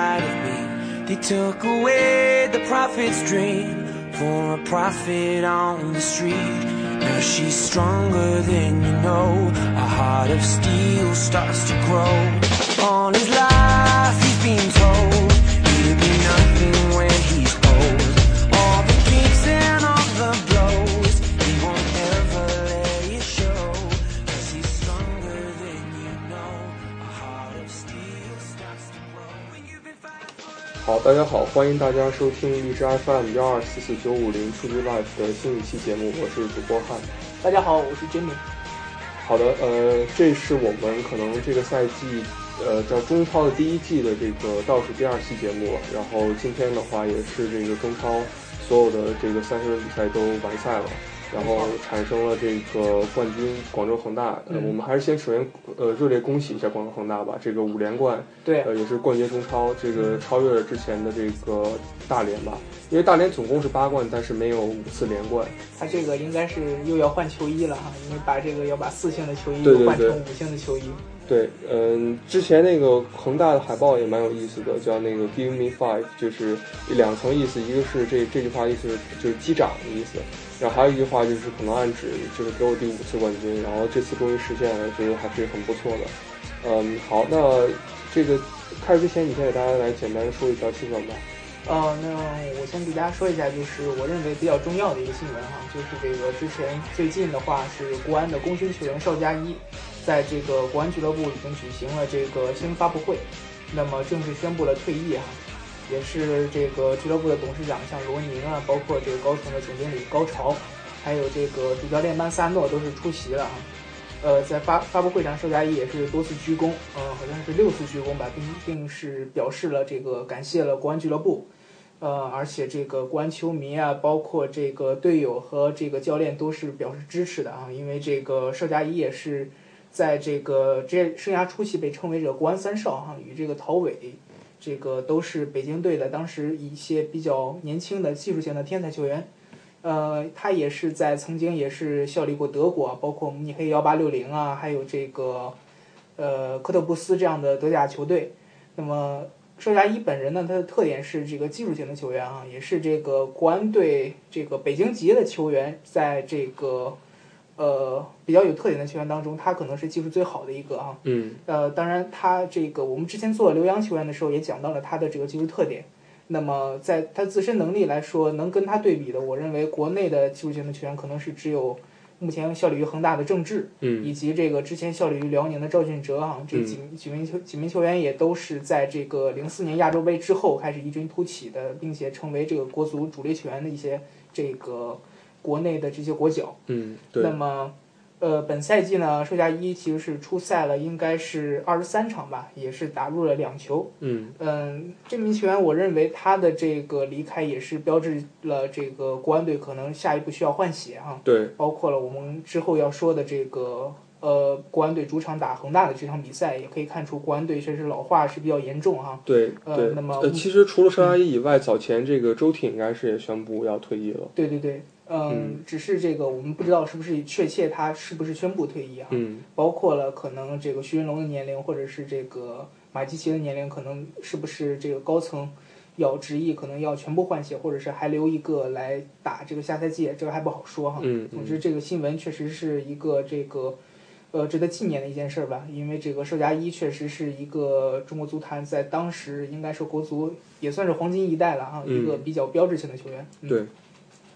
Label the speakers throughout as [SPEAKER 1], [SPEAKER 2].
[SPEAKER 1] me. They took away the prophet's dream for a prophet on the street. Now she's stronger than you know. A heart of steel starts to grow. All his life he's been told he'll be nothing when he's old. All the kicks and all the blows, he won't ever let it show. 'Cause he's stronger than you know. A heart of steel starts to grow. When you've been fighting for
[SPEAKER 2] 好，大家好，欢迎大家收听荔枝 FM 幺二四四九五零出租 Life 的新一期节目，我是主播汉。
[SPEAKER 3] 大家好，我是 Jimmy。
[SPEAKER 2] 好的，呃，这是我们可能这个赛季，呃，叫中超的第一季的这个倒数第二期节目了。然后今天的话，也是这个中超所有的这个三十轮比赛都完赛了，然后产生了这个冠军广州恒大。呃，我们还是先首先呃热烈恭喜一下广州恒大吧，这个五连冠，
[SPEAKER 3] 对
[SPEAKER 2] 呃，也是冠军中超，这个超越了之前的这个大连吧。因为大连总共是八冠，但是没有五次连冠。
[SPEAKER 3] 他这个应该是又要换球衣了哈，因为把这个要把四星的球衣
[SPEAKER 2] 对对
[SPEAKER 3] 换成
[SPEAKER 2] 对
[SPEAKER 3] 五星的球衣。
[SPEAKER 2] 对，嗯，之前那个恒大的海报也蛮有意思的，叫那个 “Give me five”，就是两层意思，一个是这这句话意思是就是击掌的意思，然后还有一句话就是可能暗指就是给我第五次冠军，然后这次终于实现了，觉得还是很不错的。嗯，好，那这个开始之前，你先给大家来简单说一条新闻吧。
[SPEAKER 3] 呃，那我先给大家说一下，就是我认为比较重要的一个新闻哈，就是这个之前最近的话是国安的功勋球员邵佳一，在这个国安俱乐部已经举行了这个新闻发布会，那么正式宣布了退役哈，也是这个俱乐部的董事长像罗宁啊，包括这个高层的总经理高潮，还有这个主教练曼萨诺都是出席了哈。呃，在发发布会上，邵佳一也是多次鞠躬，呃，好像是六次鞠躬吧，并并是表示了这个感谢了国安俱乐部，呃，而且这个国安球迷啊，包括这个队友和这个教练都是表示支持的啊，因为这个邵佳一也是在这个职业生涯初期被称为这个国安三少哈、与这个陶伟，这个都是北京队的当时一些比较年轻的技术型的天才球员。呃，他也是在曾经也是效力过德国，啊包括慕尼黑幺八六零啊，还有这个呃科特布斯这样的德甲球队。那么邵佳一本人呢，他的特点是这个技术型的球员啊，也是这个国安队这个北京籍的球员，在这个呃比较有特点的球员当中，他可能是技术最好的一个啊。
[SPEAKER 2] 嗯，
[SPEAKER 3] 呃，当然他这个我们之前做留洋球员的时候也讲到了他的这个技术特点。那么在他自身能力来说，能跟他对比的，我认为国内的技术型的球员可能是只有目前效力于恒大的郑智，
[SPEAKER 2] 嗯
[SPEAKER 3] 以及这个之前效力于辽宁的赵俊哲啊，这几几名球几名球员也都是在这个零四年亚洲杯之后开始异军突起的，并且成为这个国足主力球员的一些这个国内的这些国脚。
[SPEAKER 2] 嗯，对
[SPEAKER 3] 那，么，呃，本赛季呢，邵佳一其实是出赛了，应该是二十三场吧，也是打入了两球。
[SPEAKER 2] 嗯，
[SPEAKER 3] 嗯，这名球员，我认为他的这个离开也是标志了这个国安队可能下一步需要换血啊，
[SPEAKER 2] 对，
[SPEAKER 3] 包括了我们之后要说的这个。呃，国安队主场打恒大的这场比赛，也可以看出国安队确实老化是比较严重哈、
[SPEAKER 2] 对，
[SPEAKER 3] 呃
[SPEAKER 2] 对。
[SPEAKER 3] 那么嗯
[SPEAKER 2] 呃，其实除了邵佳一以外，早前这个周挺应该是也宣布要退役了。
[SPEAKER 3] 对对对，嗯，只是这个我们不知道是不是确切他是不是宣布退役啊。
[SPEAKER 2] 嗯，
[SPEAKER 3] 包括了可能这个徐云龙的年龄，或者是这个马基奇的年龄，可能是不是这个高层要执意可能要全部换血，或者是还留一个来打这个下赛季，这个还不好说哈。
[SPEAKER 2] 嗯嗯
[SPEAKER 3] 总之这个新闻确实是一个这个。呃，值得纪念的一件事儿吧，因为这个邵佳一确实是一个中国足坛在当时应该说国足也算是黄金一代了哈，
[SPEAKER 2] 嗯
[SPEAKER 3] 一个比较标志性的球员。嗯、
[SPEAKER 2] 对，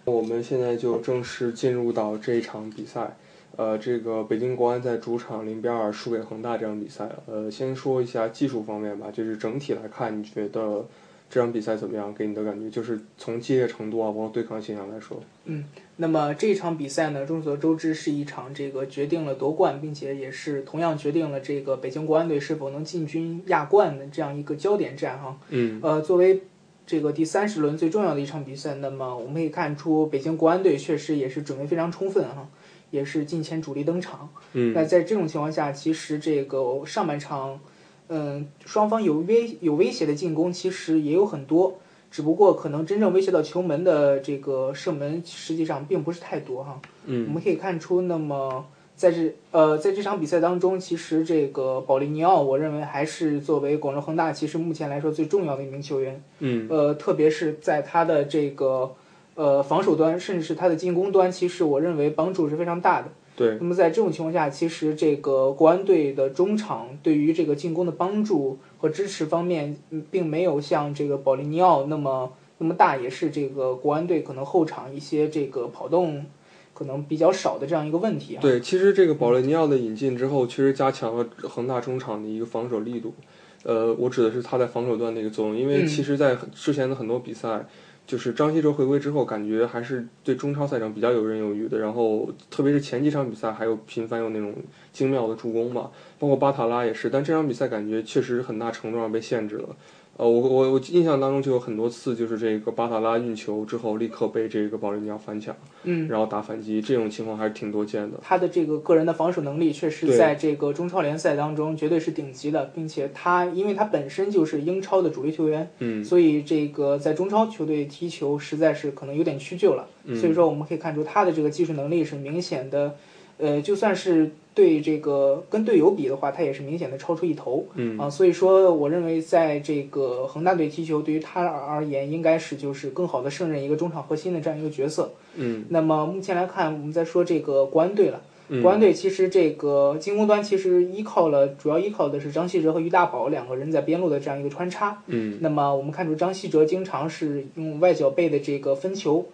[SPEAKER 2] 我们现在就正式进入到这一场比赛。呃，这个北京国安在主场零比二输给恒大这场比赛，呃，先说一下技术方面吧，就是整体来看，你觉得这场比赛怎么样？给你的感觉就是从激烈程度啊，包括对抗性上来说，
[SPEAKER 3] 嗯，那么这场比赛呢，众所周知是一场这个决定了夺冠，并且也是同样决定了这个北京国安队是否能进军亚冠的这样一个焦点战哈。
[SPEAKER 2] 嗯
[SPEAKER 3] 呃，作为这个第三十轮最重要的一场比赛，那么我们可以看出，北京国安队确实也是准备非常充分哈，也是进前主力登场。那
[SPEAKER 2] 嗯
[SPEAKER 3] 在这种情况下，其实这个上半场，嗯，双方有威有威胁的进攻，其实也有很多，只不过可能真正威胁到球门的这个射门，实际上并不是太多哈。我
[SPEAKER 2] 嗯
[SPEAKER 3] 们可以看出，那么在这呃，在这场比赛当中，其实这个保利尼奥，我认为还是作为广州恒大，其实目前来说最重要的一名球员。
[SPEAKER 2] 嗯，
[SPEAKER 3] 呃，特别是在他的这个呃防守端，甚至是他的进攻端，其实我认为帮助是非常大的。
[SPEAKER 2] 对，
[SPEAKER 3] 那么在这种情况下，其实这个国安队的中场对于这个进攻的帮助和支持方面，嗯并没有像这个保利尼奥那么那么大，也是这个国安队可能后场一些这个跑动可能比较少的这样一个问题啊。
[SPEAKER 2] 对，其实这个保利尼奥的引进之后，确实加强了恒大中场的一个防守力度。呃，我指的是他在防守端的一个作用，因为
[SPEAKER 3] 嗯
[SPEAKER 2] 其实，在很之前的很多比赛，就是张稀哲回归之后，感觉还是对中超赛场比较游刃有余的。然后，特别是前几场比赛，还有频繁有那种精妙的助攻嘛，包括巴塔拉也是。但这场比赛感觉确实很大程度上被限制了。呃，我我我印象当中就有很多次，就是这个巴塔拉运球之后，立刻被这个保利尼奥翻抢，
[SPEAKER 3] 嗯，
[SPEAKER 2] 然后打反击，这种情况还是挺多见的。
[SPEAKER 3] 他的这个个人的防守能力确实
[SPEAKER 2] 对
[SPEAKER 3] 在这个中超联赛当中绝对是顶级的，并且他因为他本身就是英超的主力球员，
[SPEAKER 2] 嗯，
[SPEAKER 3] 所以这个在中超球队踢球实在是可能有点屈就了。
[SPEAKER 2] 嗯
[SPEAKER 3] 所以说我们可以看出他的这个技术能力是明显的，呃，就算是对这个跟队友比的话，他也是明显的超出一头。
[SPEAKER 2] 嗯
[SPEAKER 3] 啊，所以说我认为在这个恒大队踢球，对于他而言，应该是就是更好的胜任一个中场核心的这样一个角色。
[SPEAKER 2] 嗯
[SPEAKER 3] 那么目前来看，我们再说这个国安队了。
[SPEAKER 2] 嗯，
[SPEAKER 3] 国安队其实这个进攻端其实依靠了，主要依靠的是张稀哲和于大宝两个人在边路的这样一个穿插。
[SPEAKER 2] 嗯
[SPEAKER 3] 那么我们看出张稀哲经常是用外脚背的这个分球，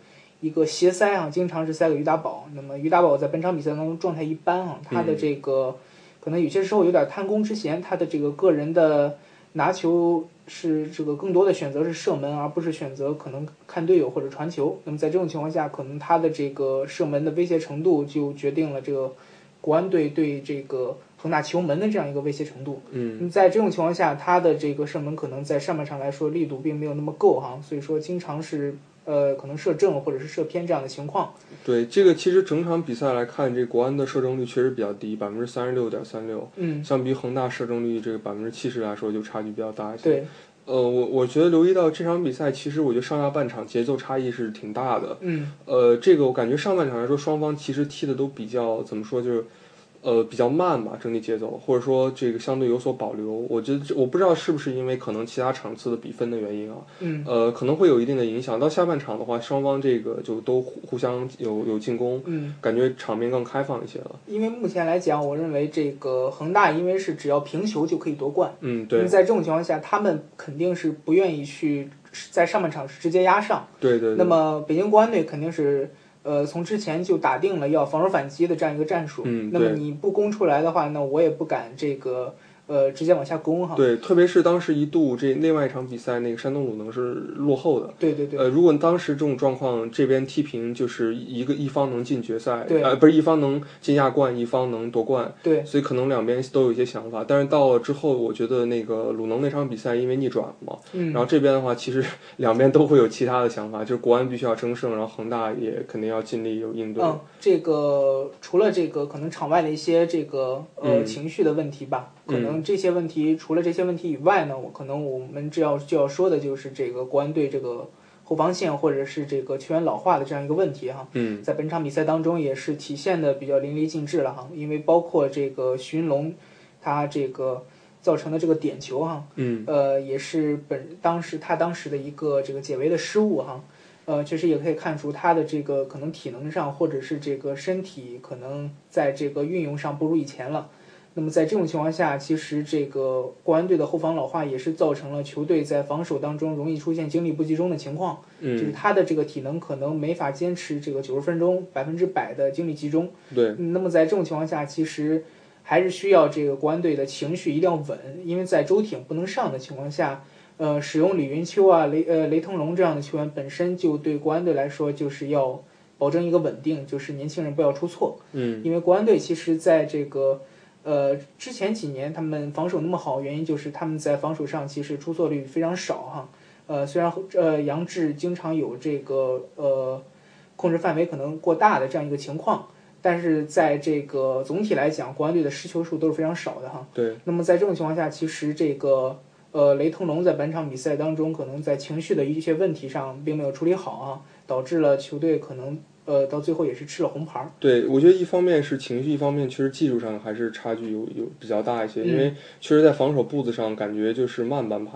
[SPEAKER 3] 一个斜塞啊，经常是塞给于大宝。那么于大宝在本场比赛当中状态一般啊，他
[SPEAKER 2] 嗯
[SPEAKER 3] 的这个、可能有些时候有点贪功之嫌，他的这个个人的拿球是这个更多的选择是射门，而不是选择可能看队友或者传球。那么在这种情况下，可能他的这个射门的威胁程度就决定了这个国安队对这个恒大球门的这样一个威胁程度。
[SPEAKER 2] 嗯
[SPEAKER 3] 那么在这种情况下，他的这个射门可能在上半场来说力度并没有那么够哈，所以说经常是呃可能射正或者是射偏这样的情况。
[SPEAKER 2] 对这个其实整场比赛来看，这国安的射正率确实比较低，百分之三十六点三六，
[SPEAKER 3] 嗯，
[SPEAKER 2] 相比恒大射正率这个百分之七十来说，就差距比较大一些。，
[SPEAKER 3] 对，
[SPEAKER 2] 呃，我我觉得留意到这场比赛，其实我觉得上下半场节奏差异是挺大的。
[SPEAKER 3] 嗯
[SPEAKER 2] 呃，这个我感觉上半场来说，双方其实踢的都比较怎么说，就是呃比较慢吧，整体节奏，或者说这个相对有所保留。我觉得这我不知道是不是因为可能其他场次的比分的原因啊，
[SPEAKER 3] 嗯
[SPEAKER 2] 呃，可能会有一定的影响。到下半场的话，双方这个就都互互相有有进攻，
[SPEAKER 3] 嗯。
[SPEAKER 2] 感觉场面更开放一些了。
[SPEAKER 3] 因为目前来讲，我认为这个恒大，因为是只要平球就可以夺冠，
[SPEAKER 2] 嗯，
[SPEAKER 3] 那
[SPEAKER 2] 对
[SPEAKER 3] 么，在这种情况下，他们肯定是不愿意去在上半场是直接压上。
[SPEAKER 2] 对对对。
[SPEAKER 3] 那么北京国安队肯定是呃从之前就打定了要防守反击的这样一个战术。
[SPEAKER 2] 嗯
[SPEAKER 3] 那么
[SPEAKER 2] 对
[SPEAKER 3] 你不攻出来的话，那我也不敢这个呃直接往下攻哈。
[SPEAKER 2] 对，特别是当时一度这另外一场比赛，那个山东鲁能是落后的。
[SPEAKER 3] 对对对
[SPEAKER 2] 呃，如果当时这种状况，这边踢平就是一个一方能进决赛，
[SPEAKER 3] 对
[SPEAKER 2] 呃，不是一方能进亚冠，一方能夺冠，
[SPEAKER 3] 对
[SPEAKER 2] 所以可能两边都有一些想法。但是到了之后，我觉得那个鲁能那场比赛因为逆转嘛，
[SPEAKER 3] 嗯
[SPEAKER 2] 然后这边的话，其实两边都会有其他的想法，就是国安必须要争胜，然后恒大也肯定要尽力有应对。
[SPEAKER 3] 嗯，这个除了这个可能场外的一些这个呃、
[SPEAKER 2] 嗯
[SPEAKER 3] 情绪的问题吧，
[SPEAKER 2] 嗯
[SPEAKER 3] 可能这些问题除了这些问题以外呢，我可能我们这要就要说的就是这个国安队这个后防线或者是这个球员老化的这样一个问题哈。
[SPEAKER 2] 嗯
[SPEAKER 3] 在本场比赛当中也是体现的比较淋漓尽致了哈，因为包括这个徐云龙，他这个造成的这个点球哈，
[SPEAKER 2] 嗯
[SPEAKER 3] 呃，也是本当时他当时的一个这个解围的失误哈，呃，确实也可以看出他的这个可能体能上或者是这个身体可能在这个运用上不如以前了。那么在这种情况下，其实这个国安队的后防老化也是造成了球队在防守当中容易出现精力不集中的情况，就是
[SPEAKER 2] 嗯，
[SPEAKER 3] 他的这个体能可能没法坚持这个九十分钟百分之百的精力集中。
[SPEAKER 2] 对，
[SPEAKER 3] 嗯那么在这种情况下，其实还是需要这个国安队的情绪一定要稳，因为在周挺不能上的情况下，呃，使用李云秋啊、雷呃雷腾龙这样的球员，本身就对国安队来说就是要保证一个稳定，就是年轻人不要出错。
[SPEAKER 2] 嗯
[SPEAKER 3] 因为国安队其实在这个呃之前几年他们防守那么好，原因就是他们在防守上其实出错率非常少哈。呃，虽然呃杨志经常有这个呃控制范围可能过大的这样一个情况，但是在这个总体来讲，国安队的失球数都是非常少的哈。
[SPEAKER 2] 对，
[SPEAKER 3] 那么在这种情况下，其实这个呃雷腾龙在本场比赛当中，可能在情绪的一些问题上并没有处理好啊，导致了球队可能呃，到最后也是吃了红牌儿。
[SPEAKER 2] 对，我觉得一方面是情绪，一方面其实技术上还是差距有有比较大一些，因为确实在防守步子上感觉就是慢半拍，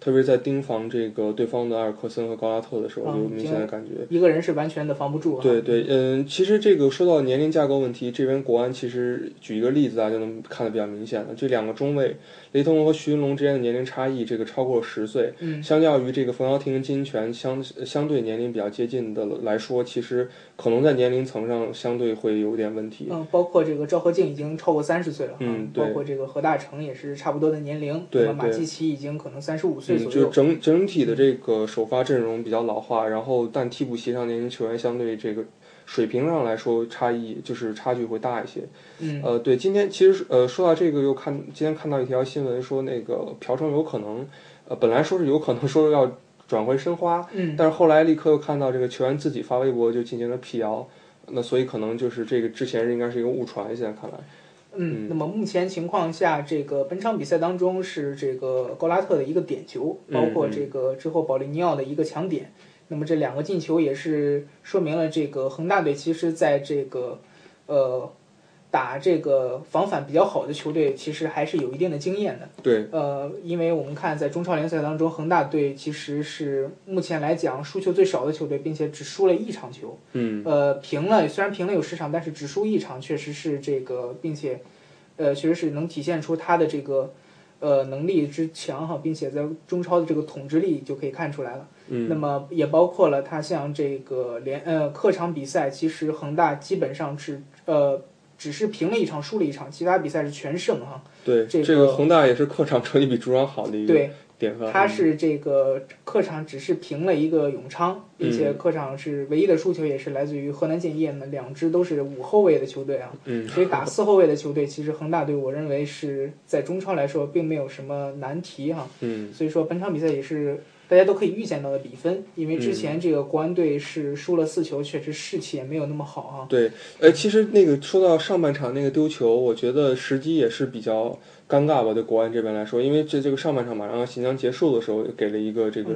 [SPEAKER 2] 特别是在盯防这个对方的埃尔克森和高拉特的时候，
[SPEAKER 3] 嗯
[SPEAKER 2] 有明显的感觉。
[SPEAKER 3] 一个人是完全的防不住啊。
[SPEAKER 2] 对对，嗯，其实这个说到年龄架构问题，这边国安其实举一个例子啊，就能看得比较明显了。这两个中卫雷霆龙和徐云龙之间的年龄差异，这个超过十岁，
[SPEAKER 3] 嗯
[SPEAKER 2] 相较于这个冯潇霆、金泉相呃相对年龄比较接近的来说，其实可能在年龄层上相对会有点问题。
[SPEAKER 3] 嗯，包括这个赵和敬已经超过三十岁了啊，
[SPEAKER 2] 嗯
[SPEAKER 3] 包
[SPEAKER 2] 对
[SPEAKER 3] 括这个何大成也是差不多的年龄，
[SPEAKER 2] 对
[SPEAKER 3] 那么马
[SPEAKER 2] 对
[SPEAKER 3] 季奇已经可能三十五岁
[SPEAKER 2] 嗯，
[SPEAKER 3] 左
[SPEAKER 2] 就
[SPEAKER 3] 右，
[SPEAKER 2] 整整体的这个首发阵容比较老化，然后但替补席上年龄球员相对这个水平上来说差异就是差距会大一些。
[SPEAKER 3] 嗯
[SPEAKER 2] 呃，对，今天其实呃说到这个，又看今天看到一条新闻说，那个朴成有可能，呃，本来说是有可能说要转回申花，
[SPEAKER 3] 嗯
[SPEAKER 2] 但是后来立刻又看到这个球员自己发微博就进行了辟谣，那所以可能就是这个之前是应该是一个误传，现在看来，
[SPEAKER 3] 嗯。那么目前情况下，这个本场比赛当中是这个高拉特的一个点球，
[SPEAKER 2] 嗯
[SPEAKER 3] 包括这个之后保利尼奥的一个抢点，那么这两个进球也是说明了这个恒大队其实在这个呃打这个防反比较好的球队，其实还是有一定的经验的。
[SPEAKER 2] 对，
[SPEAKER 3] 呃，因为我们看在中超联赛当中，恒大队其实是目前来讲输球最少的球队，并且只输了一场球。
[SPEAKER 2] 嗯，
[SPEAKER 3] 呃，平了，虽然平了有十场，但是只输一场，确实是这个，并且，呃，确实是能体现出他的这个，呃，能力之强哈，并且在中超的这个统治力就可以看出来了。
[SPEAKER 2] 嗯，
[SPEAKER 3] 那么也包括了他像这个联呃客场比赛，其实恒大基本上是呃只是平了一场，输了一场，其他比赛是全胜哈。
[SPEAKER 2] 对，
[SPEAKER 3] 啊这
[SPEAKER 2] 这
[SPEAKER 3] 个
[SPEAKER 2] 个恒大也是客场成绩比主场好的一个
[SPEAKER 3] 对，
[SPEAKER 2] 典范，
[SPEAKER 3] 他是这个客场只是平了一个永昌，并且
[SPEAKER 2] 嗯
[SPEAKER 3] 客场是唯一的输球，也是来自于河南建业呢，两支都是五后卫的球队啊，
[SPEAKER 2] 嗯，
[SPEAKER 3] 所以打四后卫的球队，其实恒大队我认为是在中超来说并没有什么难题哈、
[SPEAKER 2] 嗯，
[SPEAKER 3] 所以说本场比赛也是大家都可以预见到的比分，因
[SPEAKER 2] 嗯
[SPEAKER 3] 为之前这个国安队是输了四球，确实士气也没有那么好啊，
[SPEAKER 2] 对，呃，其实那个说到上半场那个丢球，我觉得时机也是比较尴尬吧，对国安这边来说，因为这这个上半场马上要新疆结束的时候，给了一个这
[SPEAKER 3] 嗯
[SPEAKER 2] 个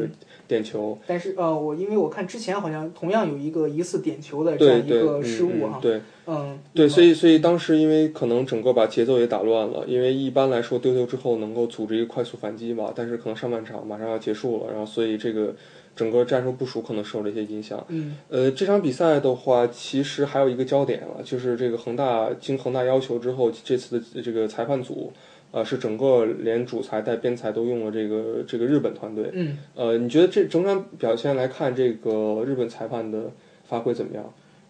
[SPEAKER 2] 点球，
[SPEAKER 3] 但是呃，我因为我看之前好像同样有一个疑似点球的这
[SPEAKER 2] 对
[SPEAKER 3] 样一
[SPEAKER 2] 对，
[SPEAKER 3] 个
[SPEAKER 2] 嗯
[SPEAKER 3] 失误哈、
[SPEAKER 2] 嗯对
[SPEAKER 3] 嗯，
[SPEAKER 2] 对，所
[SPEAKER 3] 以
[SPEAKER 2] 以所以当时因为可能整个把节奏也打乱了，因为一般来说丢球之后能够组织一个快速反击嘛，但是可能上半场马上要结束了，然后所以这个整个战术部署可能受了一些影响。
[SPEAKER 3] 嗯。
[SPEAKER 2] 呃，这场比赛的话，其实还有一个焦点啊，就是这个恒大经恒大要求之后，这次的这个裁判组，呃，是整个连主裁带边裁都用了这个这个日本团队。
[SPEAKER 3] 嗯
[SPEAKER 2] 呃，你觉得这整场表现来看，这个日本裁判的发挥怎么样？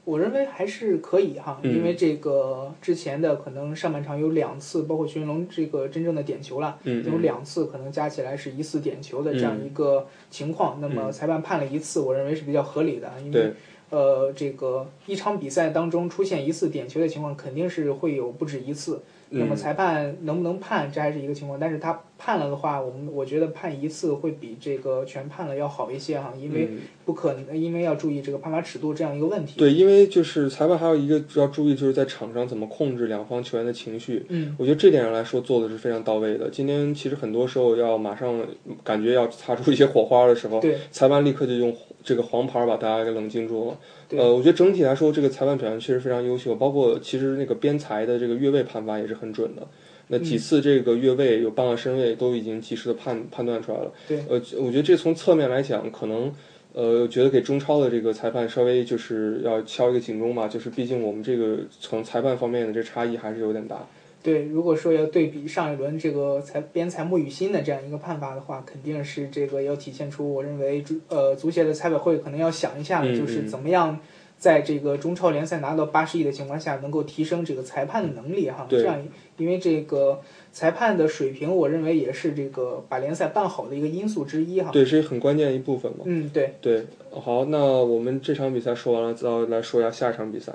[SPEAKER 3] 我认为还是可以哈，
[SPEAKER 2] 嗯
[SPEAKER 3] 因为这个之前的可能上半场有两次，包括徐云龙这个真正的点球了，
[SPEAKER 2] 嗯
[SPEAKER 3] 有两次可能加起来是疑似点球的这样一个情况。那么裁判判了一次，我认为是比较合理的，
[SPEAKER 2] 嗯
[SPEAKER 3] 因为
[SPEAKER 2] 对
[SPEAKER 3] 呃，这个一场比赛当中出现疑似点球的情况，肯定是会有不止一次。那
[SPEAKER 2] 嗯
[SPEAKER 3] 么裁判能不能判，这还是一个情况。但是他判了的话，我们我觉得判一次会比这个全判了要好一些哈，因为
[SPEAKER 2] 嗯
[SPEAKER 3] 不可能，因为要注意这个判罚尺度这样一个问题。
[SPEAKER 2] 对，因为就是裁判还有一个要注意，就是在场上怎么控制两方球员的情绪。
[SPEAKER 3] 嗯
[SPEAKER 2] 我觉得这点上来说做的是非常到位的。今天其实很多时候要马上感觉要擦出一些火花的时候，
[SPEAKER 3] 对
[SPEAKER 2] 裁判立刻就用这个黄牌把大家给冷静住了。
[SPEAKER 3] 对
[SPEAKER 2] 呃，我觉得整体来说，这个裁判表现确实非常优秀，包括其实那个边裁的这个越位判罚也是很准的。那
[SPEAKER 3] 嗯
[SPEAKER 2] 几次这个越位有半个身位都已经及时的判判断出来了。
[SPEAKER 3] 对
[SPEAKER 2] 呃，我觉得这从侧面来讲，可能呃，觉得给中超的这个裁判稍微就是要敲一个警钟吧，就是毕竟我们这个从裁判方面的这差异还是有点大。
[SPEAKER 3] 对，如果说要对比上一轮这个裁边裁莫雨欣的这样一个判罚的话，肯定是这个要体现出我认为足呃足协的裁委会可能要想一下了，
[SPEAKER 2] 嗯
[SPEAKER 3] 就是
[SPEAKER 2] 嗯
[SPEAKER 3] 怎么样在这个中超联赛拿到八十亿的情况下，能够提升这个裁判的能力哈。
[SPEAKER 2] 对
[SPEAKER 3] 这样，因为这个裁判的水平，我认为也是这个把联赛办好的一个因素之一哈。
[SPEAKER 2] 对，是很关键的一部分嘛。
[SPEAKER 3] 嗯，对。
[SPEAKER 2] 对，好，那我们这场比赛说完了，再来说一下下一场比赛。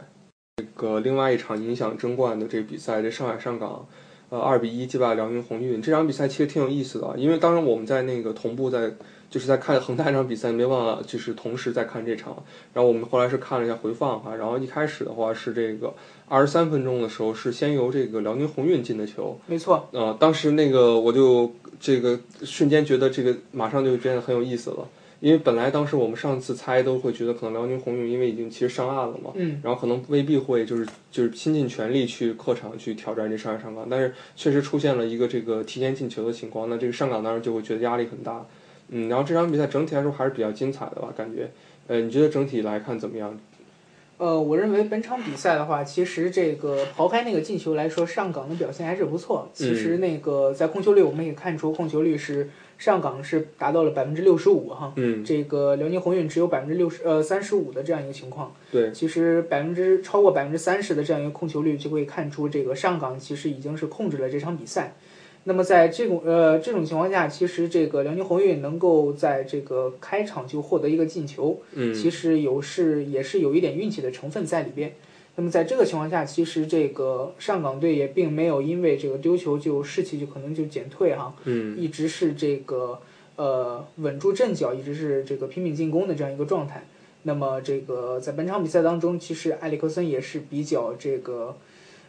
[SPEAKER 2] 这个另外一场影响争冠的这比赛，这上海上港，呃，二比一击败辽宁宏运。这场比赛其实挺有意思的啊，因为当然我们在那个同步在就是在看恒大这场比赛，没忘了就是同时在看这场。然后我们后来是看了一下回放啊哈、然后一开始的话是这个二十三分钟的时候是先由这个辽宁宏运进的球，
[SPEAKER 3] 没错，
[SPEAKER 2] 呃，当时那个我就这个瞬间觉得这个马上就变得很有意思了，因为本来当时我们上次猜都会觉得可能辽宁宏运因为已经其实上岸了嘛，
[SPEAKER 3] 嗯，
[SPEAKER 2] 然后可能未必会就是就是拼尽全力去客场去挑战这上海上港，但是确实出现了一个这个提前进球的情况，那这个上港当然就会觉得压力很大，嗯，然后这场比赛整体来说还是比较精彩的吧，感觉，呃，你觉得整体来看怎么样？
[SPEAKER 3] 呃，我认为本场比赛的话，其实这个刨开那个进球来说，上港的表现还是不错。其
[SPEAKER 2] 嗯
[SPEAKER 3] 实那个在控球率，我们也看出控球率是上港是达到了百分之六十五哈，
[SPEAKER 2] 嗯，
[SPEAKER 3] 这个辽宁宏运只有百分之六十呃三十五的这样一个情况。
[SPEAKER 2] 对，
[SPEAKER 3] 其实百分之超过百分之三十的这样一个控球率，就会看出这个上港其实已经是控制了这场比赛。那么在这种呃这种情况下，其实这个辽宁宏运能够在这个开场就获得一个进球，
[SPEAKER 2] 嗯，
[SPEAKER 3] 其实有是也是有一点运气的成分在里边。那么在这个情况下，其实这个上港队也并没有因为这个丢球就士气就可能就减退哈、
[SPEAKER 2] 嗯，
[SPEAKER 3] 一直是这个呃稳住阵脚，一直是这个拼命进攻的这样一个状态。那么这个在本场比赛当中，其实埃里克森也是比较这个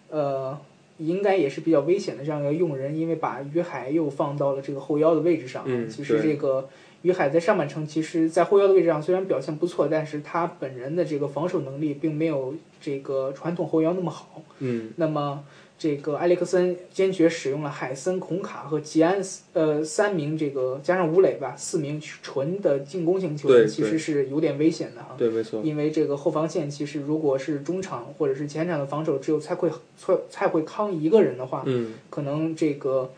[SPEAKER 3] 呃应该也是比较危险的这样一个用人，因为把于海又放到了这个后腰的位置上。
[SPEAKER 2] 嗯
[SPEAKER 3] 其实
[SPEAKER 2] 对
[SPEAKER 3] 这个于海在上半程其实，在后腰的位置上虽然表现不错，但是他本人的这个防守能力并没有这个传统后腰那么好。
[SPEAKER 2] 嗯，
[SPEAKER 3] 那么这个埃里克森坚决使用了海森、孔卡和吉安斯呃三名这个加上吴磊吧四名纯的进攻型球员，
[SPEAKER 2] 对
[SPEAKER 3] 其实是有点危险的啊。
[SPEAKER 2] 对，没错，
[SPEAKER 3] 因为这个后防线其实如果是中场或者是前场的防守只有蔡慧蔡蔡慧康一个人的话，
[SPEAKER 2] 嗯，
[SPEAKER 3] 可能这个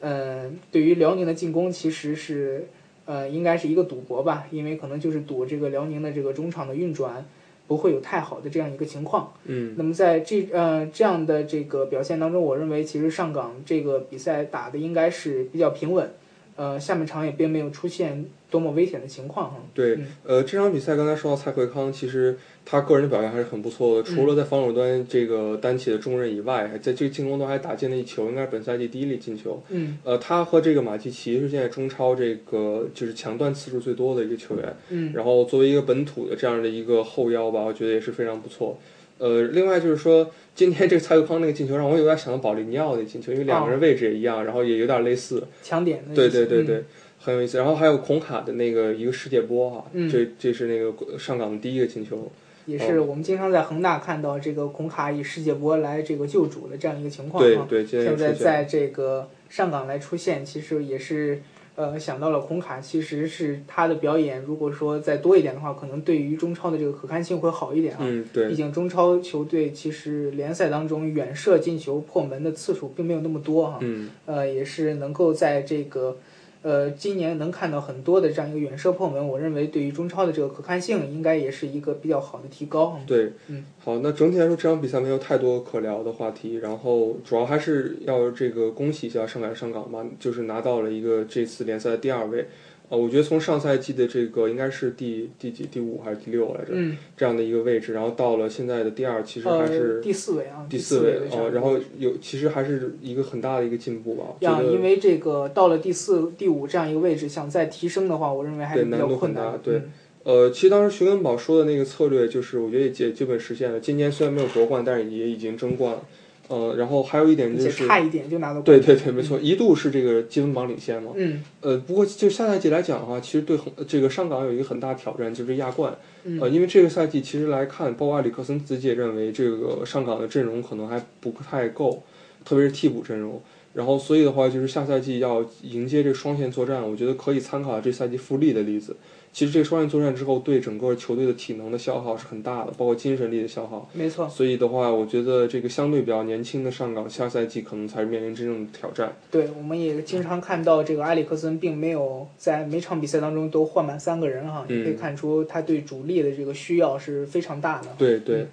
[SPEAKER 3] 呃对于辽宁的进攻其实是呃应该是一个赌博吧，因为可能就是赌这个辽宁的这个中场的运转不会有太好的这样一个情况。
[SPEAKER 2] 嗯，
[SPEAKER 3] 那么在这呃这样的这个表现当中，我认为其实上港这个比赛打的应该是比较平稳，呃，下半场也并没有出现多么危险的情况哈。
[SPEAKER 2] 对
[SPEAKER 3] 嗯，
[SPEAKER 2] 呃，这场比赛刚才说到蔡慧康，其实他个人的表现还是很不错的，
[SPEAKER 3] 嗯
[SPEAKER 2] 除了在防守端这个担起的重任以外，还在这个进攻端还打进了一球，应该是本赛季第一粒进球。
[SPEAKER 3] 嗯
[SPEAKER 2] 呃，他和这个马蒂奇是现在中超这个就是抢断次数最多的一个球员，
[SPEAKER 3] 嗯
[SPEAKER 2] 然后作为一个本土的这样的一个后腰吧，我觉得也是非常不错。呃，另外就是说，今天这个蔡慧康那个进球让我有点想到保利尼奥的进球，因为两个
[SPEAKER 3] 哦
[SPEAKER 2] 人位置也一样，然后也有点类似。
[SPEAKER 3] 强点的
[SPEAKER 2] 对
[SPEAKER 3] 一些
[SPEAKER 2] 对对
[SPEAKER 3] 嗯
[SPEAKER 2] 对，很有意思。然后还有孔卡的那个一个世界波哈、
[SPEAKER 3] 嗯
[SPEAKER 2] 这这是那个上港的第一个进球。
[SPEAKER 3] 也是我们经常在恒大看到这个孔卡以世界波来这个救主的这样一个情况
[SPEAKER 2] 对
[SPEAKER 3] 哈。
[SPEAKER 2] 对，今天又
[SPEAKER 3] 现
[SPEAKER 2] 出
[SPEAKER 3] 在
[SPEAKER 2] 现了。
[SPEAKER 3] 在这个上港来出现，其实也是呃想到了孔卡，其实是他的表演，如果说再多一点的话，可能对于中超的这个可看性会好一点啊。
[SPEAKER 2] 嗯，对
[SPEAKER 3] 毕，竟中超球队其实联赛当中远射进球破门的次数并没有那么多哈、
[SPEAKER 2] 嗯
[SPEAKER 3] 呃，也是能够在这个呃今年能看到很多的这样一个远射破门，我认为对于中超的这个可看性应该也是一个比较好的提高哈。
[SPEAKER 2] 对，
[SPEAKER 3] 嗯
[SPEAKER 2] 好，那整体来说这场比赛没有太多可聊的话题，然后主要还是要这个恭喜一下上海上港吧，就是拿到了一个这次联赛的第二位。呃，我觉得从上赛季的这个应该是第第几第五还是第六来着、
[SPEAKER 3] 嗯，
[SPEAKER 2] 这样的一个位置，然后到了现在的第二，其实还
[SPEAKER 3] 呃，
[SPEAKER 2] 是
[SPEAKER 3] 第四位啊，
[SPEAKER 2] 第
[SPEAKER 3] 四
[SPEAKER 2] 位
[SPEAKER 3] 的这
[SPEAKER 2] 哦、
[SPEAKER 3] 样一个
[SPEAKER 2] 然后有其实还是一个很大哦的一个进步吧，我觉
[SPEAKER 3] 呀，
[SPEAKER 2] 得
[SPEAKER 3] 因为这个到了第四、第五这样一个位置，想再提升的话，我认为还是
[SPEAKER 2] 对
[SPEAKER 3] 比较
[SPEAKER 2] 难度
[SPEAKER 3] 困
[SPEAKER 2] 很大
[SPEAKER 3] 难的。
[SPEAKER 2] 对
[SPEAKER 3] 嗯
[SPEAKER 2] 呃，其实当时徐根宝说的那个策略，就是我觉得也基基本实现了。今年虽然没有夺冠，但是也已经争冠了。呃，然后还有一点
[SPEAKER 3] 而
[SPEAKER 2] 就
[SPEAKER 3] 且
[SPEAKER 2] 是，
[SPEAKER 3] 差一点就拿到冠
[SPEAKER 2] 对
[SPEAKER 3] 军。
[SPEAKER 2] 对对，没错，一度是这个积分榜领先嘛。
[SPEAKER 3] 嗯
[SPEAKER 2] 呃，不过就下赛季来讲的话，其实对很这个上港有一个很大挑战，就是亚冠。
[SPEAKER 3] 嗯
[SPEAKER 2] 呃，因为这个赛季其实来看，包括埃里克森自己也认为这个上港的阵容可能还不太够，特别是替补阵容。然后，所以的话，就是下赛季要迎接这个双线作战，我觉得可以参考这赛季富力的例子。其实这个双线作战之后，对整个球队的体能的消耗是很大的，包括精神力的消耗。
[SPEAKER 3] 没错。
[SPEAKER 2] 所以的话，我觉得这个相对比较年轻的上港，下赛季可能才是面临真正的挑战。
[SPEAKER 3] 对，我们也经常看到这个埃里克森并没有在每场比赛当中都换满三个人哈，
[SPEAKER 2] 嗯
[SPEAKER 3] 也可以看出他对主力的这个需要是非常大的。
[SPEAKER 2] 对对，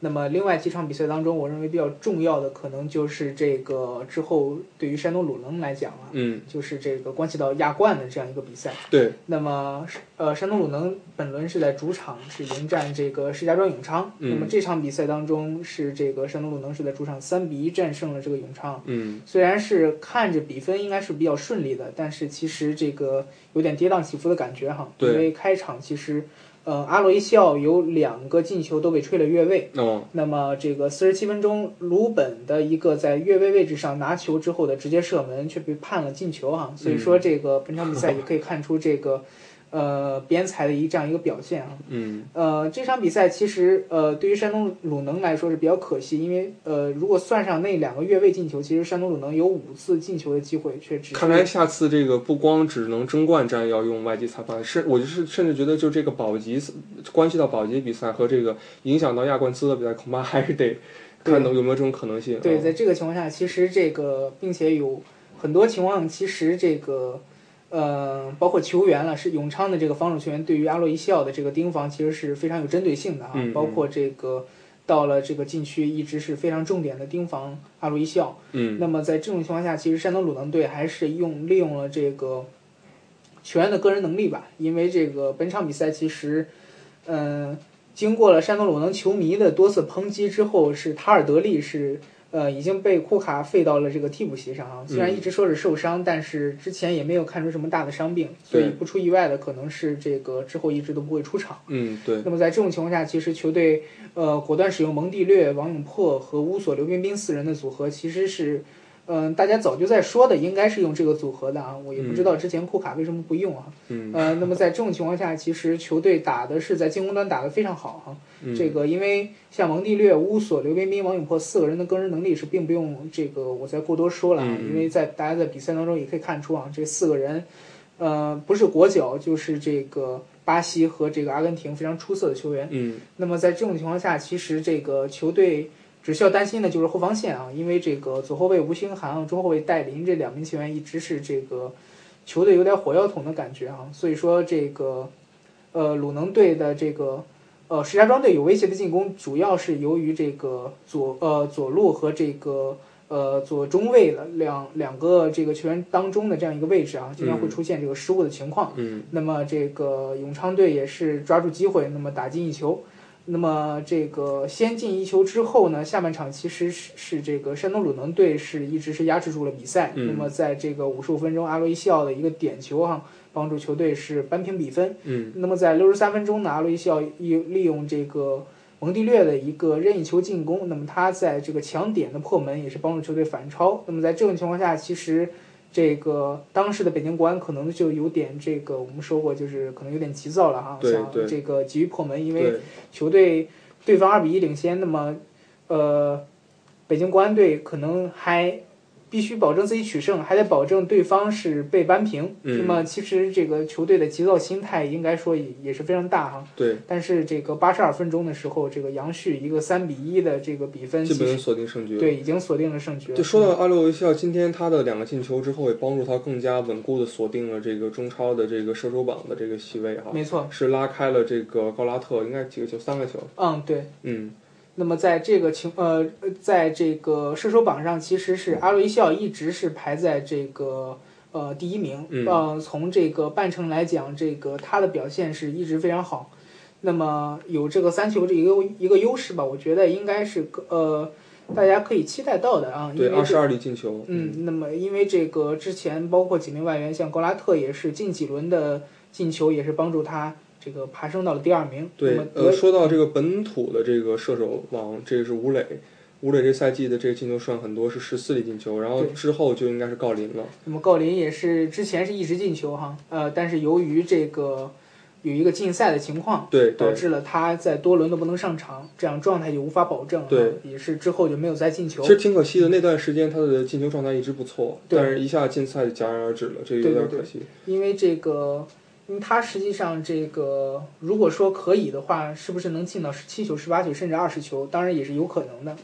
[SPEAKER 3] 那么另外几场比赛当中，我认为比较重要的可能就是这个之后对于山东鲁能来讲啊，
[SPEAKER 2] 嗯，
[SPEAKER 3] 就是这个关系到亚冠的这样一个比赛。
[SPEAKER 2] 对，
[SPEAKER 3] 那么呃，山东鲁能本轮是在主场是迎战这个石家庄永昌，
[SPEAKER 2] 嗯
[SPEAKER 3] 那么这场比赛当中是这个山东鲁能是在主场三比一战胜了这个永昌。
[SPEAKER 2] 嗯，
[SPEAKER 3] 虽然是看着比分应该是比较顺利的，但是其实这个有点跌宕起伏的感觉哈。
[SPEAKER 2] 对
[SPEAKER 3] 因为开场其实，呃，阿洛伊西奥有两个进球都被吹了越位。
[SPEAKER 2] 哦，
[SPEAKER 3] 那么这个四十七分钟，鲁本的一个在越位位置上拿球之后的直接射门却被判了进球哈。所以说这个本场比赛也可以看出这个。呃边裁的一这样一个表现啊。
[SPEAKER 2] 嗯
[SPEAKER 3] 呃，这场比赛其实呃，对于山东鲁能来说是比较可惜，因为呃，如果算上那两个越位进球，其实山东鲁能有五次进球的机会，却只是
[SPEAKER 2] 看来下次这个不光只能争冠战要用外籍裁判，是我就是甚至觉得就这个保级关系到保级比赛和这个影响到亚冠资格比赛，恐怕还是得看能有没有这种可能性。
[SPEAKER 3] 对，
[SPEAKER 2] 嗯
[SPEAKER 3] 在这个情况下，其实这个，并且有很多情况，其实这个，呃，包括球员了，是永昌的这个防守球员对于阿洛伊西奥的这个盯防，其实是非常有针对性的啊。
[SPEAKER 2] 嗯嗯
[SPEAKER 3] 包括这个到了这个禁区，一直是非常重点的盯防阿洛伊西奥。
[SPEAKER 2] 嗯
[SPEAKER 3] 那么在这种情况下，其实山东鲁能队还是用利用了这个球员的个人能力吧，因为这个本场比赛其实，嗯、经过了山东鲁能球迷的多次抨击之后，是塔尔德利是呃已经被库卡废到了这个替补席上啊。虽然
[SPEAKER 2] 嗯
[SPEAKER 3] 一直说是受伤，但是之前也没有看出什么大的伤病，所以
[SPEAKER 2] 对
[SPEAKER 3] 不出意外的可能是这个之后一直都不会出场。
[SPEAKER 2] 嗯，对，
[SPEAKER 3] 那么在这种情况下，其实球队呃果断使用蒙蒂略、王永珀和乌索、刘彬彬四人的组合，其实是嗯、呃大家早就在说的，应该是用这个组合的啊。我也不知道之前库卡为什么不用啊。
[SPEAKER 2] 嗯
[SPEAKER 3] 呃，那么在这种情况下，其实球队打的是在进攻端打得非常好哈、
[SPEAKER 2] 嗯
[SPEAKER 3] 这个因为像蒙蒂略、乌索、刘彬彬、王永珀四个人的个人能力是并不用这个我再过多说了啊，
[SPEAKER 2] 嗯嗯
[SPEAKER 3] 因为在大家在比赛当中也可以看出啊，这四个人，呃，不是国脚就是这个巴西和这个阿根廷非常出色的球员。
[SPEAKER 2] 嗯
[SPEAKER 3] 那么在这种情况下，其实这个球队只需要担心的就是后防线啊，因为这个左后卫吴兴涵、中后卫戴琳这两名球员一直是这个球队有点火药桶的感觉啊，所以说这个呃鲁能队的这个呃石家庄队有威胁的进攻，主要是由于这个左呃左路和这个。呃，左中卫的两两个这个球员当中的这样一个位置啊，经常会
[SPEAKER 2] 嗯
[SPEAKER 3] 出现这个失误的情况。
[SPEAKER 2] 嗯
[SPEAKER 3] 那么这个永昌队也是抓住机会，那么打进一球。那么这个先进一球之后呢，下半场其实是是这个山东鲁能队是一直是压制住了比赛。
[SPEAKER 2] 嗯
[SPEAKER 3] 那么在这个五十五分钟，阿洛伊西奥的一个点球哈、帮助球队是扳平比分。
[SPEAKER 2] 嗯
[SPEAKER 3] 那么在六十三分钟呢，阿洛伊西奥利利用这个蒙蒂略的一个任意球进攻，那么他在这个抢点的破门也是帮助球队反超。那么在这种情况下，其实这个当时的北京国安可能就有点这个我们说过，就是可能有点急躁了哈，
[SPEAKER 2] 对
[SPEAKER 3] 想
[SPEAKER 2] 对
[SPEAKER 3] 这个急于破门，因为
[SPEAKER 2] 对，
[SPEAKER 3] 球队对方二比一领先，那么呃，北京国安队可能还必须保证自己取胜，还得保证对方是被扳平。
[SPEAKER 2] 嗯
[SPEAKER 3] 那么其实这个球队的急躁心态应该说也也是非常大哈。
[SPEAKER 2] 对，
[SPEAKER 3] 但是这个八十二分钟的时候，这个杨旭一个三比一的这个比分，
[SPEAKER 2] 基
[SPEAKER 3] 其
[SPEAKER 2] 本能
[SPEAKER 3] 实
[SPEAKER 2] 锁定胜局。
[SPEAKER 3] 对已经锁定了胜局。
[SPEAKER 2] 就说到阿洛维西奥，今天他的两个进球之后，也帮助他更加稳固的锁定了这个中超的这个射手榜的这个席位哈，
[SPEAKER 3] 没错，
[SPEAKER 2] 是拉开了这个高拉特应该几个球，三个球，
[SPEAKER 3] 嗯，对。
[SPEAKER 2] 嗯
[SPEAKER 3] 那么在这个情呃，呃在这个射手榜上，其实是阿洛伊西奥一直是排在这个呃第一名。
[SPEAKER 2] 嗯
[SPEAKER 3] 呃，从这个半程来讲，这个他的表现是一直非常好。那么有这个三球这一个一个优势吧，我觉得应该是呃大家可以期待到的啊。因
[SPEAKER 2] 对，
[SPEAKER 3] 为
[SPEAKER 2] 二十
[SPEAKER 3] 这
[SPEAKER 2] 二粒进球，
[SPEAKER 3] 嗯，那么因为这个之前包括几名外援，像高拉特也是近几轮的进球也是帮助他这个爬升到了第二名。那
[SPEAKER 2] 对
[SPEAKER 3] 么，德
[SPEAKER 2] 呃，说到这个本土的这个射手王，这个是吴磊，吴磊这赛季的这个进球数量很多，是十四粒进球，然后
[SPEAKER 3] 对
[SPEAKER 2] 之后就应该是郜林了，
[SPEAKER 3] 那么郜林也是之前是一直进球哈，呃，但是由于这个有一个禁赛的情况，
[SPEAKER 2] 对
[SPEAKER 3] 导
[SPEAKER 2] 对。
[SPEAKER 3] 致了他在多轮都不能上场，这样状态就无法保证，
[SPEAKER 2] 对
[SPEAKER 3] 啊，也是之后就没有再进球
[SPEAKER 2] 其。实挺可惜的，那段时间他的进球状态一直不错，
[SPEAKER 3] 对
[SPEAKER 2] 但是一下禁赛就戛然而止了，这有
[SPEAKER 3] 对对
[SPEAKER 2] 点
[SPEAKER 3] 对
[SPEAKER 2] 可惜。
[SPEAKER 3] 因为这个，因为他实际上这个，如果说可以的话，是不是能进到十七球、十八球甚至二十球，当然也是有可能的。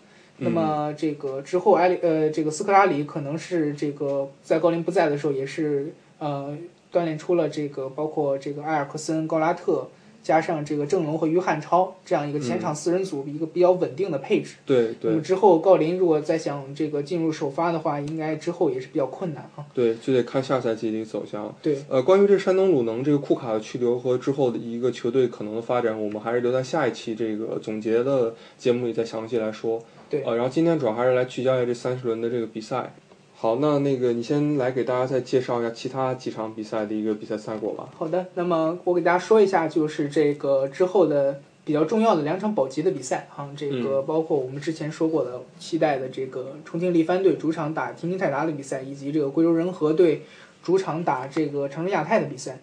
[SPEAKER 3] 那么这个之后，埃里呃，这个斯科拉里可能是这个在高林不在的时候，也是呃锻炼出了这个包括这个埃尔克森、高拉特加上这个郑龙和于汉超这样一个前场四人组一个比较稳定的配置。
[SPEAKER 2] 对
[SPEAKER 3] 那么
[SPEAKER 2] 对
[SPEAKER 3] 之后郜林如果再想这个进入首发的话，应该之后也是比较困难啊。
[SPEAKER 2] 对，就得看下赛季的一个走向。
[SPEAKER 3] 对，
[SPEAKER 2] 呃，关于这山东鲁能这个库卡的去留和之后的一个球队可能的发展，我们还是留在下一期这个总结的节目里再详细来说。
[SPEAKER 3] 对
[SPEAKER 2] 呃，然后今天主要还是来聚焦一下这三十轮的这个比赛。好，那那个你先来给大家再介绍一下其他几场比赛的一个比赛赛果吧。
[SPEAKER 3] 好的，那么我给大家说一下，就是这个之后的比较重要的两场保级的比赛哈、这个包括我们之前说过的期待的这个重庆力帆队主场打天津泰达的比赛，以及这个贵州仁和队主场打这个长春亚泰的比赛。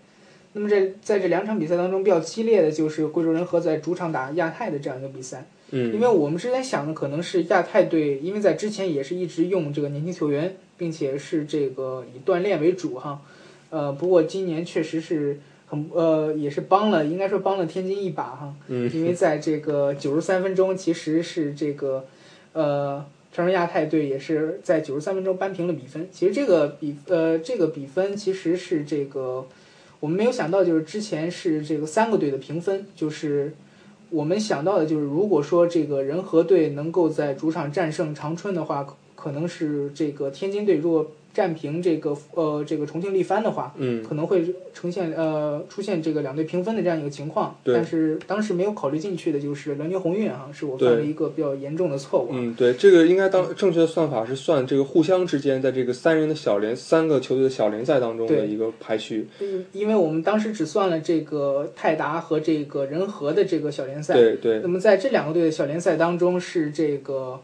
[SPEAKER 3] 那么这在这两场比赛当中比较激烈的就是贵州人和在主场打亚太的这样一个比赛，因
[SPEAKER 2] 嗯，
[SPEAKER 3] 为我们之前想的可能是亚太队，因为在之前也是一直用这个年轻球员，并且是这个以锻炼为主哈，呃，不过今年确实是很呃也是帮了，应该说帮了天津一把哈，
[SPEAKER 2] 嗯
[SPEAKER 3] 因为在这个九十三分钟其实是这个呃长春亚泰队也是在九十三分钟扳平了比分，其实这个比呃这个比分其实是这个我们没有想到，就是之前是这个三个队的平分，就是我们想到的就是，如果说这个仁和队能够在主场战胜长春的话，可可能是这个天津队如果战平这个呃这个重庆力帆的话，
[SPEAKER 2] 嗯
[SPEAKER 3] 可能会呈现呃出现这个两队平分的这样一个情况。
[SPEAKER 2] 对
[SPEAKER 3] 但是当时没有考虑进去的就是辽宁宏运啊，是我犯了
[SPEAKER 2] 对
[SPEAKER 3] 一个比较严重的错误啊。
[SPEAKER 2] 嗯，对，这个应该当正确的算法是算这个互相之间在这个三人的小联三个球队的小联赛当中的
[SPEAKER 3] 对
[SPEAKER 2] 一个排序。
[SPEAKER 3] 嗯，因为我们当时只算了这个泰达和这个仁和的这个小联赛，
[SPEAKER 2] 对对
[SPEAKER 3] 那么在这两个队的小联赛当中，是这个，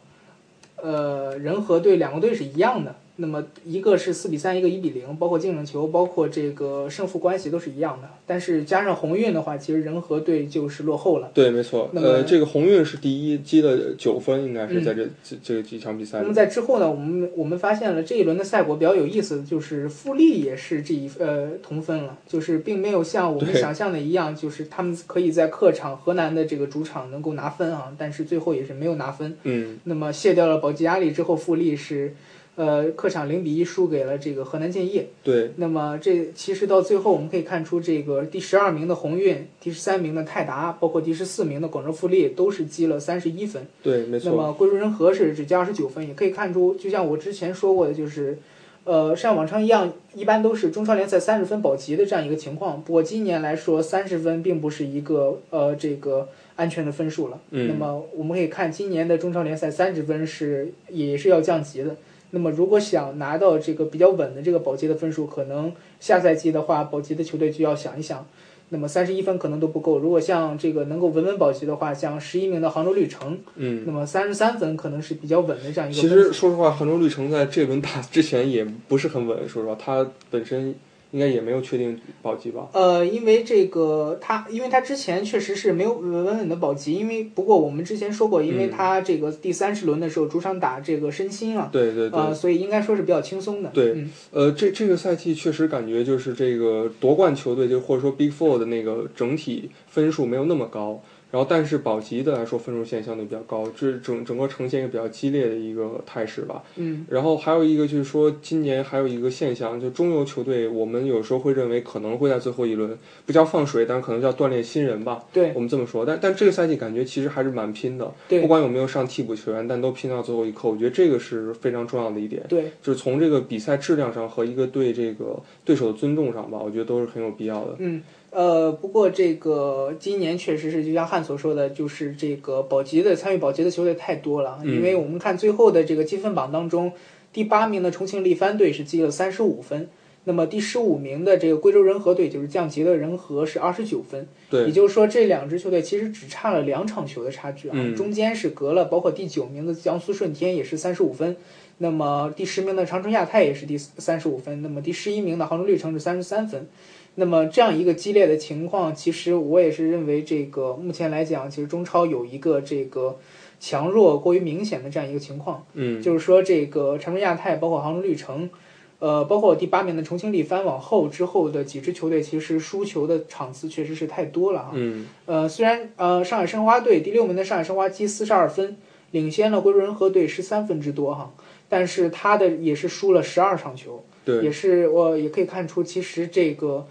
[SPEAKER 3] 呃，仁和队两个队是一样的。那么一个是四比三，一个一比零，包括净胜球，包括这个胜负关系都是一样的。但是加上鸿运的话，其实仁和队就是落后了。
[SPEAKER 2] 对，没错。
[SPEAKER 3] 那么
[SPEAKER 2] 呃，这个鸿运是第一，积了九分，应该是
[SPEAKER 3] 嗯
[SPEAKER 2] 在这、这这几场比赛
[SPEAKER 3] 那
[SPEAKER 2] 里
[SPEAKER 3] 么。在之后呢，我们我们发现了这一轮的赛果比较有意思，就是富力也是这一呃同分了，就是并没有像我们
[SPEAKER 2] 对
[SPEAKER 3] 想象的一样，就是他们可以在客场河南的这个主场能够拿分啊，但是最后也是没有拿分。
[SPEAKER 2] 嗯，
[SPEAKER 3] 那么卸掉了保吉亚利之后，富力是，呃，客场零比一输给了这个河南建业。
[SPEAKER 2] 对，
[SPEAKER 3] 那么这其实到最后，我们可以看出，这个第十二名的鸿运、第十三名的泰达，包括第十四名的广州富力，都是积了三十一分。
[SPEAKER 2] 对，没
[SPEAKER 3] 那
[SPEAKER 2] 错。
[SPEAKER 3] 么贵州人和是只加二十九分，也可以看出，就像我之前说过的，就是，呃，像往常一样，一般都是中超联赛三十分保级的这样一个情况。不过今年来说，三十分并不是一个呃这个安全的分数了。
[SPEAKER 2] 嗯
[SPEAKER 3] 那么我们可以看今年的中超联赛三十分是也是要降级的。那么如果想拿到这个比较稳的这个保级的分数，可能下赛季的话，保级的球队就要想一想。那么三十一分可能都不够。如果像这个能够稳稳保级的话，像十一名的杭州绿城，
[SPEAKER 2] 嗯，
[SPEAKER 3] 那么三十三分可能是比较稳的这样一个
[SPEAKER 2] 其
[SPEAKER 3] 分
[SPEAKER 2] 实
[SPEAKER 3] 数。
[SPEAKER 2] 说实话，杭州绿城在这轮打之前也不是很稳，说实话，他本身应该也没有确定保级吧。
[SPEAKER 3] 呃，因为这个他，因为他之前确实是没有稳稳的保级，因为不过我们之前说过，因为
[SPEAKER 2] 嗯
[SPEAKER 3] 他这个第三十轮的时候主场打这个申鑫啊，
[SPEAKER 2] 对对对，
[SPEAKER 3] 呃，所以应该说是比较轻松的。
[SPEAKER 2] 对
[SPEAKER 3] 嗯，
[SPEAKER 2] 呃，这这个赛季确实感觉就是这个夺冠球队，就或者说 Big Four 的那个整体分数没有那么高，然后但是保级的来说分数线相对比较高，这整整个呈现一个比较激烈的一个态势吧。
[SPEAKER 3] 嗯，
[SPEAKER 2] 然后还有一个就是说，今年还有一个现象，就中游球队，我们有时候会认为可能会在最后一轮不叫放水，但可能叫锻炼新人吧。
[SPEAKER 3] 对
[SPEAKER 2] 我们这么说，但但这个赛季感觉其实还是蛮拼的，不
[SPEAKER 3] 对
[SPEAKER 2] 管有没有上替补球员，但都拼到最后一刻。我觉得这个是非常重要的一点，
[SPEAKER 3] 对，
[SPEAKER 2] 就是从这个比赛质量上和一个对这个对手的尊重上吧，我觉得都是很有必要的。
[SPEAKER 3] 嗯。呃，不过这个今年确实是，就像汉所说的，就是这个保级的参与保级的球队太多了，
[SPEAKER 2] 嗯
[SPEAKER 3] 因为我们看最后的这个积分榜当中，第八名的重庆力帆队是积了三十五分，那么第十五名的这个贵州仁和队就是降级的仁和是二十九分，也
[SPEAKER 2] 对，
[SPEAKER 3] 就是说这两支球队其实只差了两场球的差距啊，
[SPEAKER 2] 嗯
[SPEAKER 3] 中间是隔了，包括第九名的江苏舜天也是三十五分，那么第十名的长春亚泰也是第三十五分，那么第十一名的杭州绿城是三十三分。那么这样一个激烈的情况，其实我也是认为，这个目前来讲，其实中超有一个这个强弱过于明显的这样一个情况。
[SPEAKER 2] 嗯，
[SPEAKER 3] 就是说这个长春亚泰，包括杭州绿城，呃，包括第八名的重庆力帆，往后之后的几支球队，其实输球的场次确实是太多了啊。
[SPEAKER 2] 嗯，
[SPEAKER 3] 呃，虽然呃上海申花队第六名的上海申花积四十二分，领先了贵州仁和队十三分之多哈，但是他的也是输了十二场球。
[SPEAKER 2] 对，
[SPEAKER 3] 也是我也可以看出，其实这个，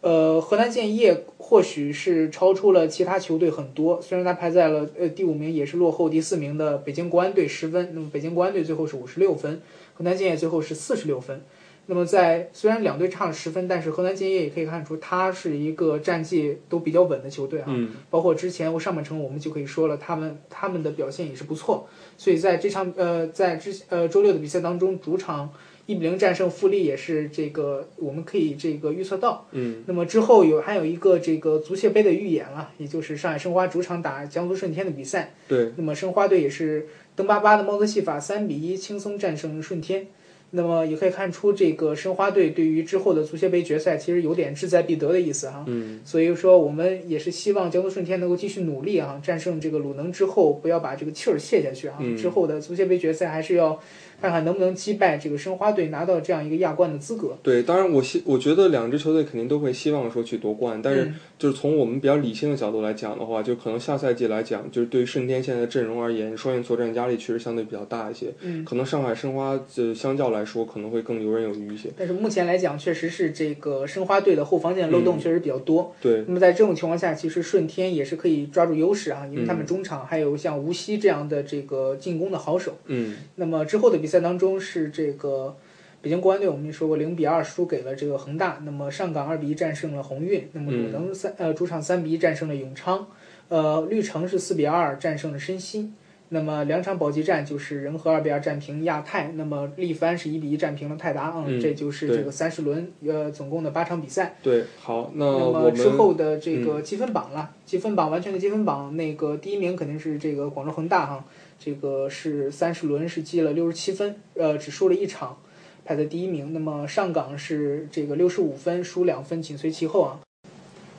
[SPEAKER 3] 呃，河南建业或许是超出了其他球队很多，虽然他排在了呃第五名，也是落后第四名的北京国安队十分，那么北京国安队最后是五十六分，河南建业最后是四十六分。那么在虽然两队差了十分，但是河南建业也可以看出，它是一个战绩都比较稳的球队啊。
[SPEAKER 2] 嗯，
[SPEAKER 3] 包括之前我上半程我们就可以说了，他们他们的表现也是不错，所以在这场呃在之呃周六的比赛当中，主场一比零战胜富力也是这个我们可以这个预测到。
[SPEAKER 2] 嗯，
[SPEAKER 3] 那么之后有还有一个这个足协杯的预演了，也就是上海申花主场打江苏舜天的比赛，
[SPEAKER 2] 对，
[SPEAKER 3] 那么申花队也是登巴巴的帽子戏法三比一轻松战胜舜天。那么也可以看出，这个申花队对于之后的足协杯决赛其实有点志在必得的意思哈。
[SPEAKER 2] 嗯，
[SPEAKER 3] 所以说我们也是希望江苏舜天能够继续努力啊，战胜这个鲁能之后，不要把这个气儿泄下去啊。
[SPEAKER 2] 嗯
[SPEAKER 3] 之后的足协杯决赛还是要看看能不能击败这个申花队，拿到这样一个亚冠的资格。
[SPEAKER 2] 对，当然我希我觉得两支球队肯定都会希望说去夺冠，但是
[SPEAKER 3] 嗯
[SPEAKER 2] 就是从我们比较理性的角度来讲的话，就可能下赛季来讲，就是对于顺天现在的阵容而言，双线作战压力确实相对比较大一些。
[SPEAKER 3] 嗯，
[SPEAKER 2] 可能上海申花呃相较来说可能会更游刃有余一些。
[SPEAKER 3] 但是目前来讲，确实是这个申花队的后防线漏洞
[SPEAKER 2] 嗯
[SPEAKER 3] 确实比较多。
[SPEAKER 2] 对，
[SPEAKER 3] 那么在这种情况下，其实顺天也是可以抓住优势啊，因为他
[SPEAKER 2] 嗯
[SPEAKER 3] 们中场还有像无锡这样的这个进攻的好手。
[SPEAKER 2] 嗯，
[SPEAKER 3] 那么之后的比赛当中是这个北京国安队，我们也说过零比二输给了这个恒大，那么上港二比一战胜了宏运，那么
[SPEAKER 2] 嗯
[SPEAKER 3] 鲁能三、呃主场三比一战胜了永昌，呃绿城是四比二战胜了申鑫。那么两场保级战就是仁和二比二战平亚泰，那么力帆是一比一战平了泰达啊、
[SPEAKER 2] 嗯
[SPEAKER 3] 这就是
[SPEAKER 2] 对
[SPEAKER 3] 这个三十轮呃总共的八场比赛。
[SPEAKER 2] 对，好，那
[SPEAKER 3] 那
[SPEAKER 2] 我
[SPEAKER 3] 么之
[SPEAKER 2] 们
[SPEAKER 3] 后的这个积分榜了，积分榜完全的积分榜，那个第一名肯定是这个广州恒大哈，这个是三十轮是积了六十七分，呃，只输了一场，排在第一名。那么上港是这个六十五分，输两分，紧随其后啊。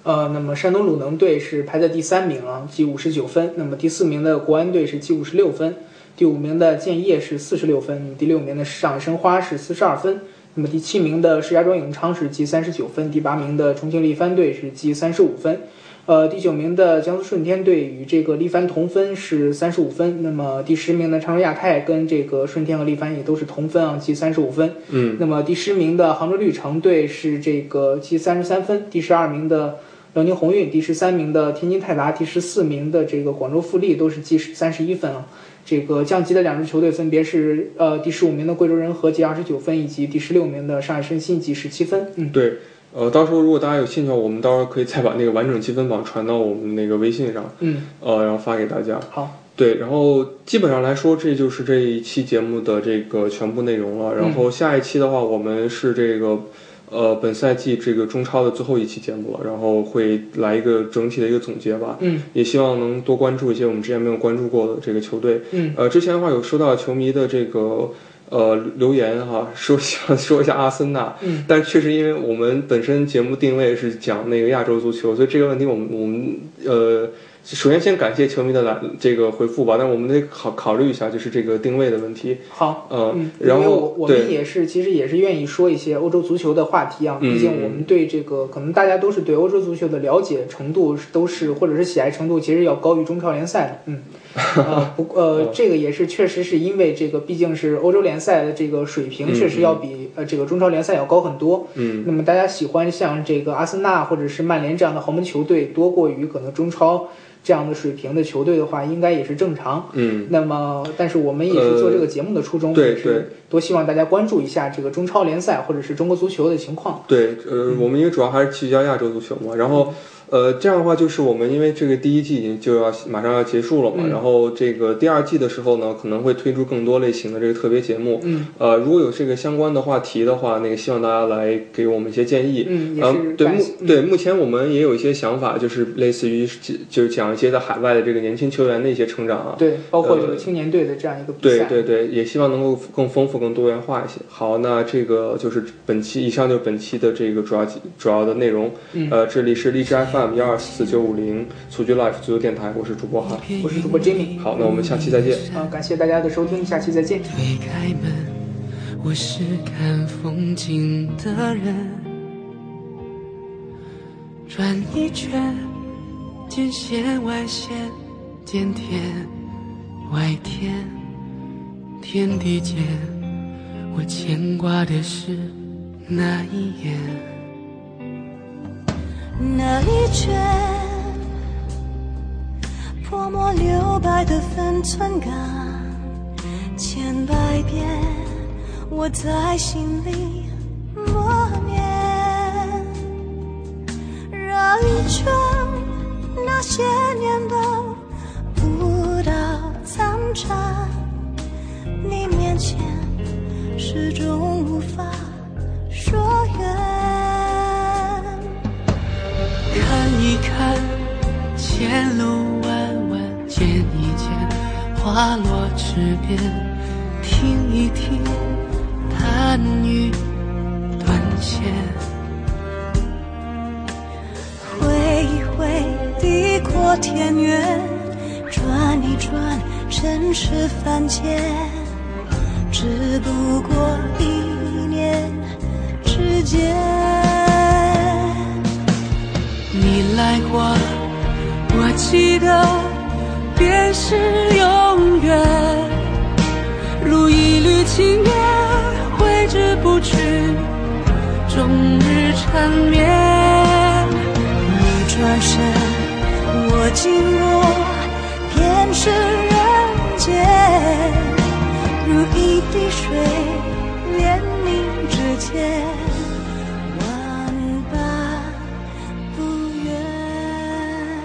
[SPEAKER 3] 呃，那么山东鲁能队是排在第三名啊，积五十九分。那么第四名的国安队是积五十六分，第五名的建业是四十六分，那么第六名的上海申花是四十二分。那么第七名的石家庄永昌是积三十九分，第八名的重庆力帆队是积三十五分，呃，第九名的江苏舜天队与这个力帆同分是三十五分，那么第十名的常州亚泰跟这个舜天和力帆也都是同分啊，积三十五分。
[SPEAKER 2] 嗯
[SPEAKER 3] 那么第十名的杭州绿城队是这个积三十三分，第十二名的辽宁宏运，第十三名的天津泰达，第十四名的这个广州富力都是积三十一分啊。这个降级的两支球队分别是呃第十五名的贵州仁和积二十九分，以及第十六名的上海申鑫积十七分。嗯，
[SPEAKER 2] 对。呃，到时候如果大家有兴趣，我们到时候可以再把那个完整积分榜传到我们那个微信上，
[SPEAKER 3] 嗯，
[SPEAKER 2] 呃，然后发给大家。
[SPEAKER 3] 好，
[SPEAKER 2] 对，然后基本上来说，这就是这一期节目的这个全部内容了。
[SPEAKER 3] 嗯
[SPEAKER 2] 然后下一期的话，我们是这个，呃，本赛季这个中超的最后一期节目了，然后会来一个整体的一个总结吧。
[SPEAKER 3] 嗯
[SPEAKER 2] 也希望能多关注一些我们之前没有关注过的这个球队。
[SPEAKER 3] 嗯，
[SPEAKER 2] 呃，之前的话有收到球迷的这个呃留言哈，说想说一下 阿森纳，
[SPEAKER 3] 嗯，
[SPEAKER 2] 但确实因为我们本身节目定位是讲那个亚洲足球，所以这个问题我们我们呃。首先，先感谢球迷的来这个回复吧，但我们得考考虑一下，就是这个定位的问题。
[SPEAKER 3] 好。
[SPEAKER 2] 呃，
[SPEAKER 3] 嗯，因
[SPEAKER 2] 然
[SPEAKER 3] 为我
[SPEAKER 2] 后
[SPEAKER 3] 我们
[SPEAKER 2] 对，
[SPEAKER 3] 也是，其实也是愿意说一些欧洲足球的话题啊。
[SPEAKER 2] 嗯
[SPEAKER 3] 毕竟我们对这个，可能大家都是对欧洲足球的了解程度是都是，或者是喜爱程度，其实要高于中超联赛的。嗯， 呃，不，呃，这个也是确实是因为这个，毕竟是欧洲联赛的这个水
[SPEAKER 2] 嗯
[SPEAKER 3] 平确实要比呃这个中超联赛要高很多。
[SPEAKER 2] 嗯，
[SPEAKER 3] 那么大家喜欢像这个阿森纳或者是曼联这样的豪门球队，多过于可能中超这样的水平的球队的话，应该也是正常。
[SPEAKER 2] 嗯，
[SPEAKER 3] 那么，但是我们也是做这个节目的初衷，
[SPEAKER 2] 呃对
[SPEAKER 3] 也是多希望大家关注一下这个中超联赛或者是中国足球的情况。嗯
[SPEAKER 2] 对，呃，我们因为主要还是聚焦亚洲足球嘛，然后，呃，这样的话就是我们因为这个第一季已经就要马上要结束了嘛，
[SPEAKER 3] 嗯
[SPEAKER 2] 然后这个第二季的时候呢，可能会推出更多类型的这个特别节目，
[SPEAKER 3] 嗯
[SPEAKER 2] 呃，如果有这个相关的话题的话，那个希望大家来给我们一些建议。
[SPEAKER 3] 嗯，也
[SPEAKER 2] 呃
[SPEAKER 3] 是
[SPEAKER 2] 对
[SPEAKER 3] 感
[SPEAKER 2] 目
[SPEAKER 3] 谢嗯
[SPEAKER 2] 对目前我们也有一些想法，就是类似于就是讲一些在海外的这个年轻球员的一些成长啊，
[SPEAKER 3] 对，包括这
[SPEAKER 2] 呃
[SPEAKER 3] 个青年队的这样一个比
[SPEAKER 2] 对
[SPEAKER 3] 赛。
[SPEAKER 2] 对对，也希望能够更丰富、更多元化一些。好，那这个就是本期，以上就是本期的这个主要集主要的内容。
[SPEAKER 3] 嗯
[SPEAKER 2] 呃，这里是荔枝 FM 幺二四九五零蹴鞠 Life 足球电台，我是主播哈。
[SPEAKER 3] 我是主播 Jimmy，
[SPEAKER 2] 好，那我们下期再见。
[SPEAKER 3] 啊，感谢大家的收听，下期再见。
[SPEAKER 1] 推开门，我是看风景的人。转一圈，天线外线，点天外天，天地间，我牵挂的是那一眼。
[SPEAKER 4] 那一圈，泼墨留白的分寸感，千百遍我在心里默念，绕一圈那些年的舞蹈参展，你面前始终无法说远。
[SPEAKER 1] 看一看，前路弯弯，见一见，花落池边，听一听，叹
[SPEAKER 5] 断语断线，
[SPEAKER 4] 挥一挥，地阔天远；转一转，尘世凡间。只不过一念之间。
[SPEAKER 5] 你来过，我记得，便是永远。如一缕青烟，挥之不去，终日缠绵。
[SPEAKER 4] 你转身，我经过，便是人间。如一滴水，连凝之间，万般不愿。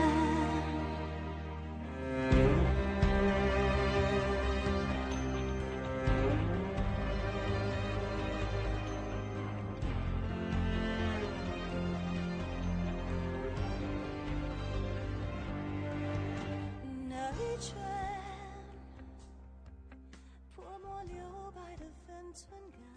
[SPEAKER 4] 那一圈，泼墨留白的分寸感，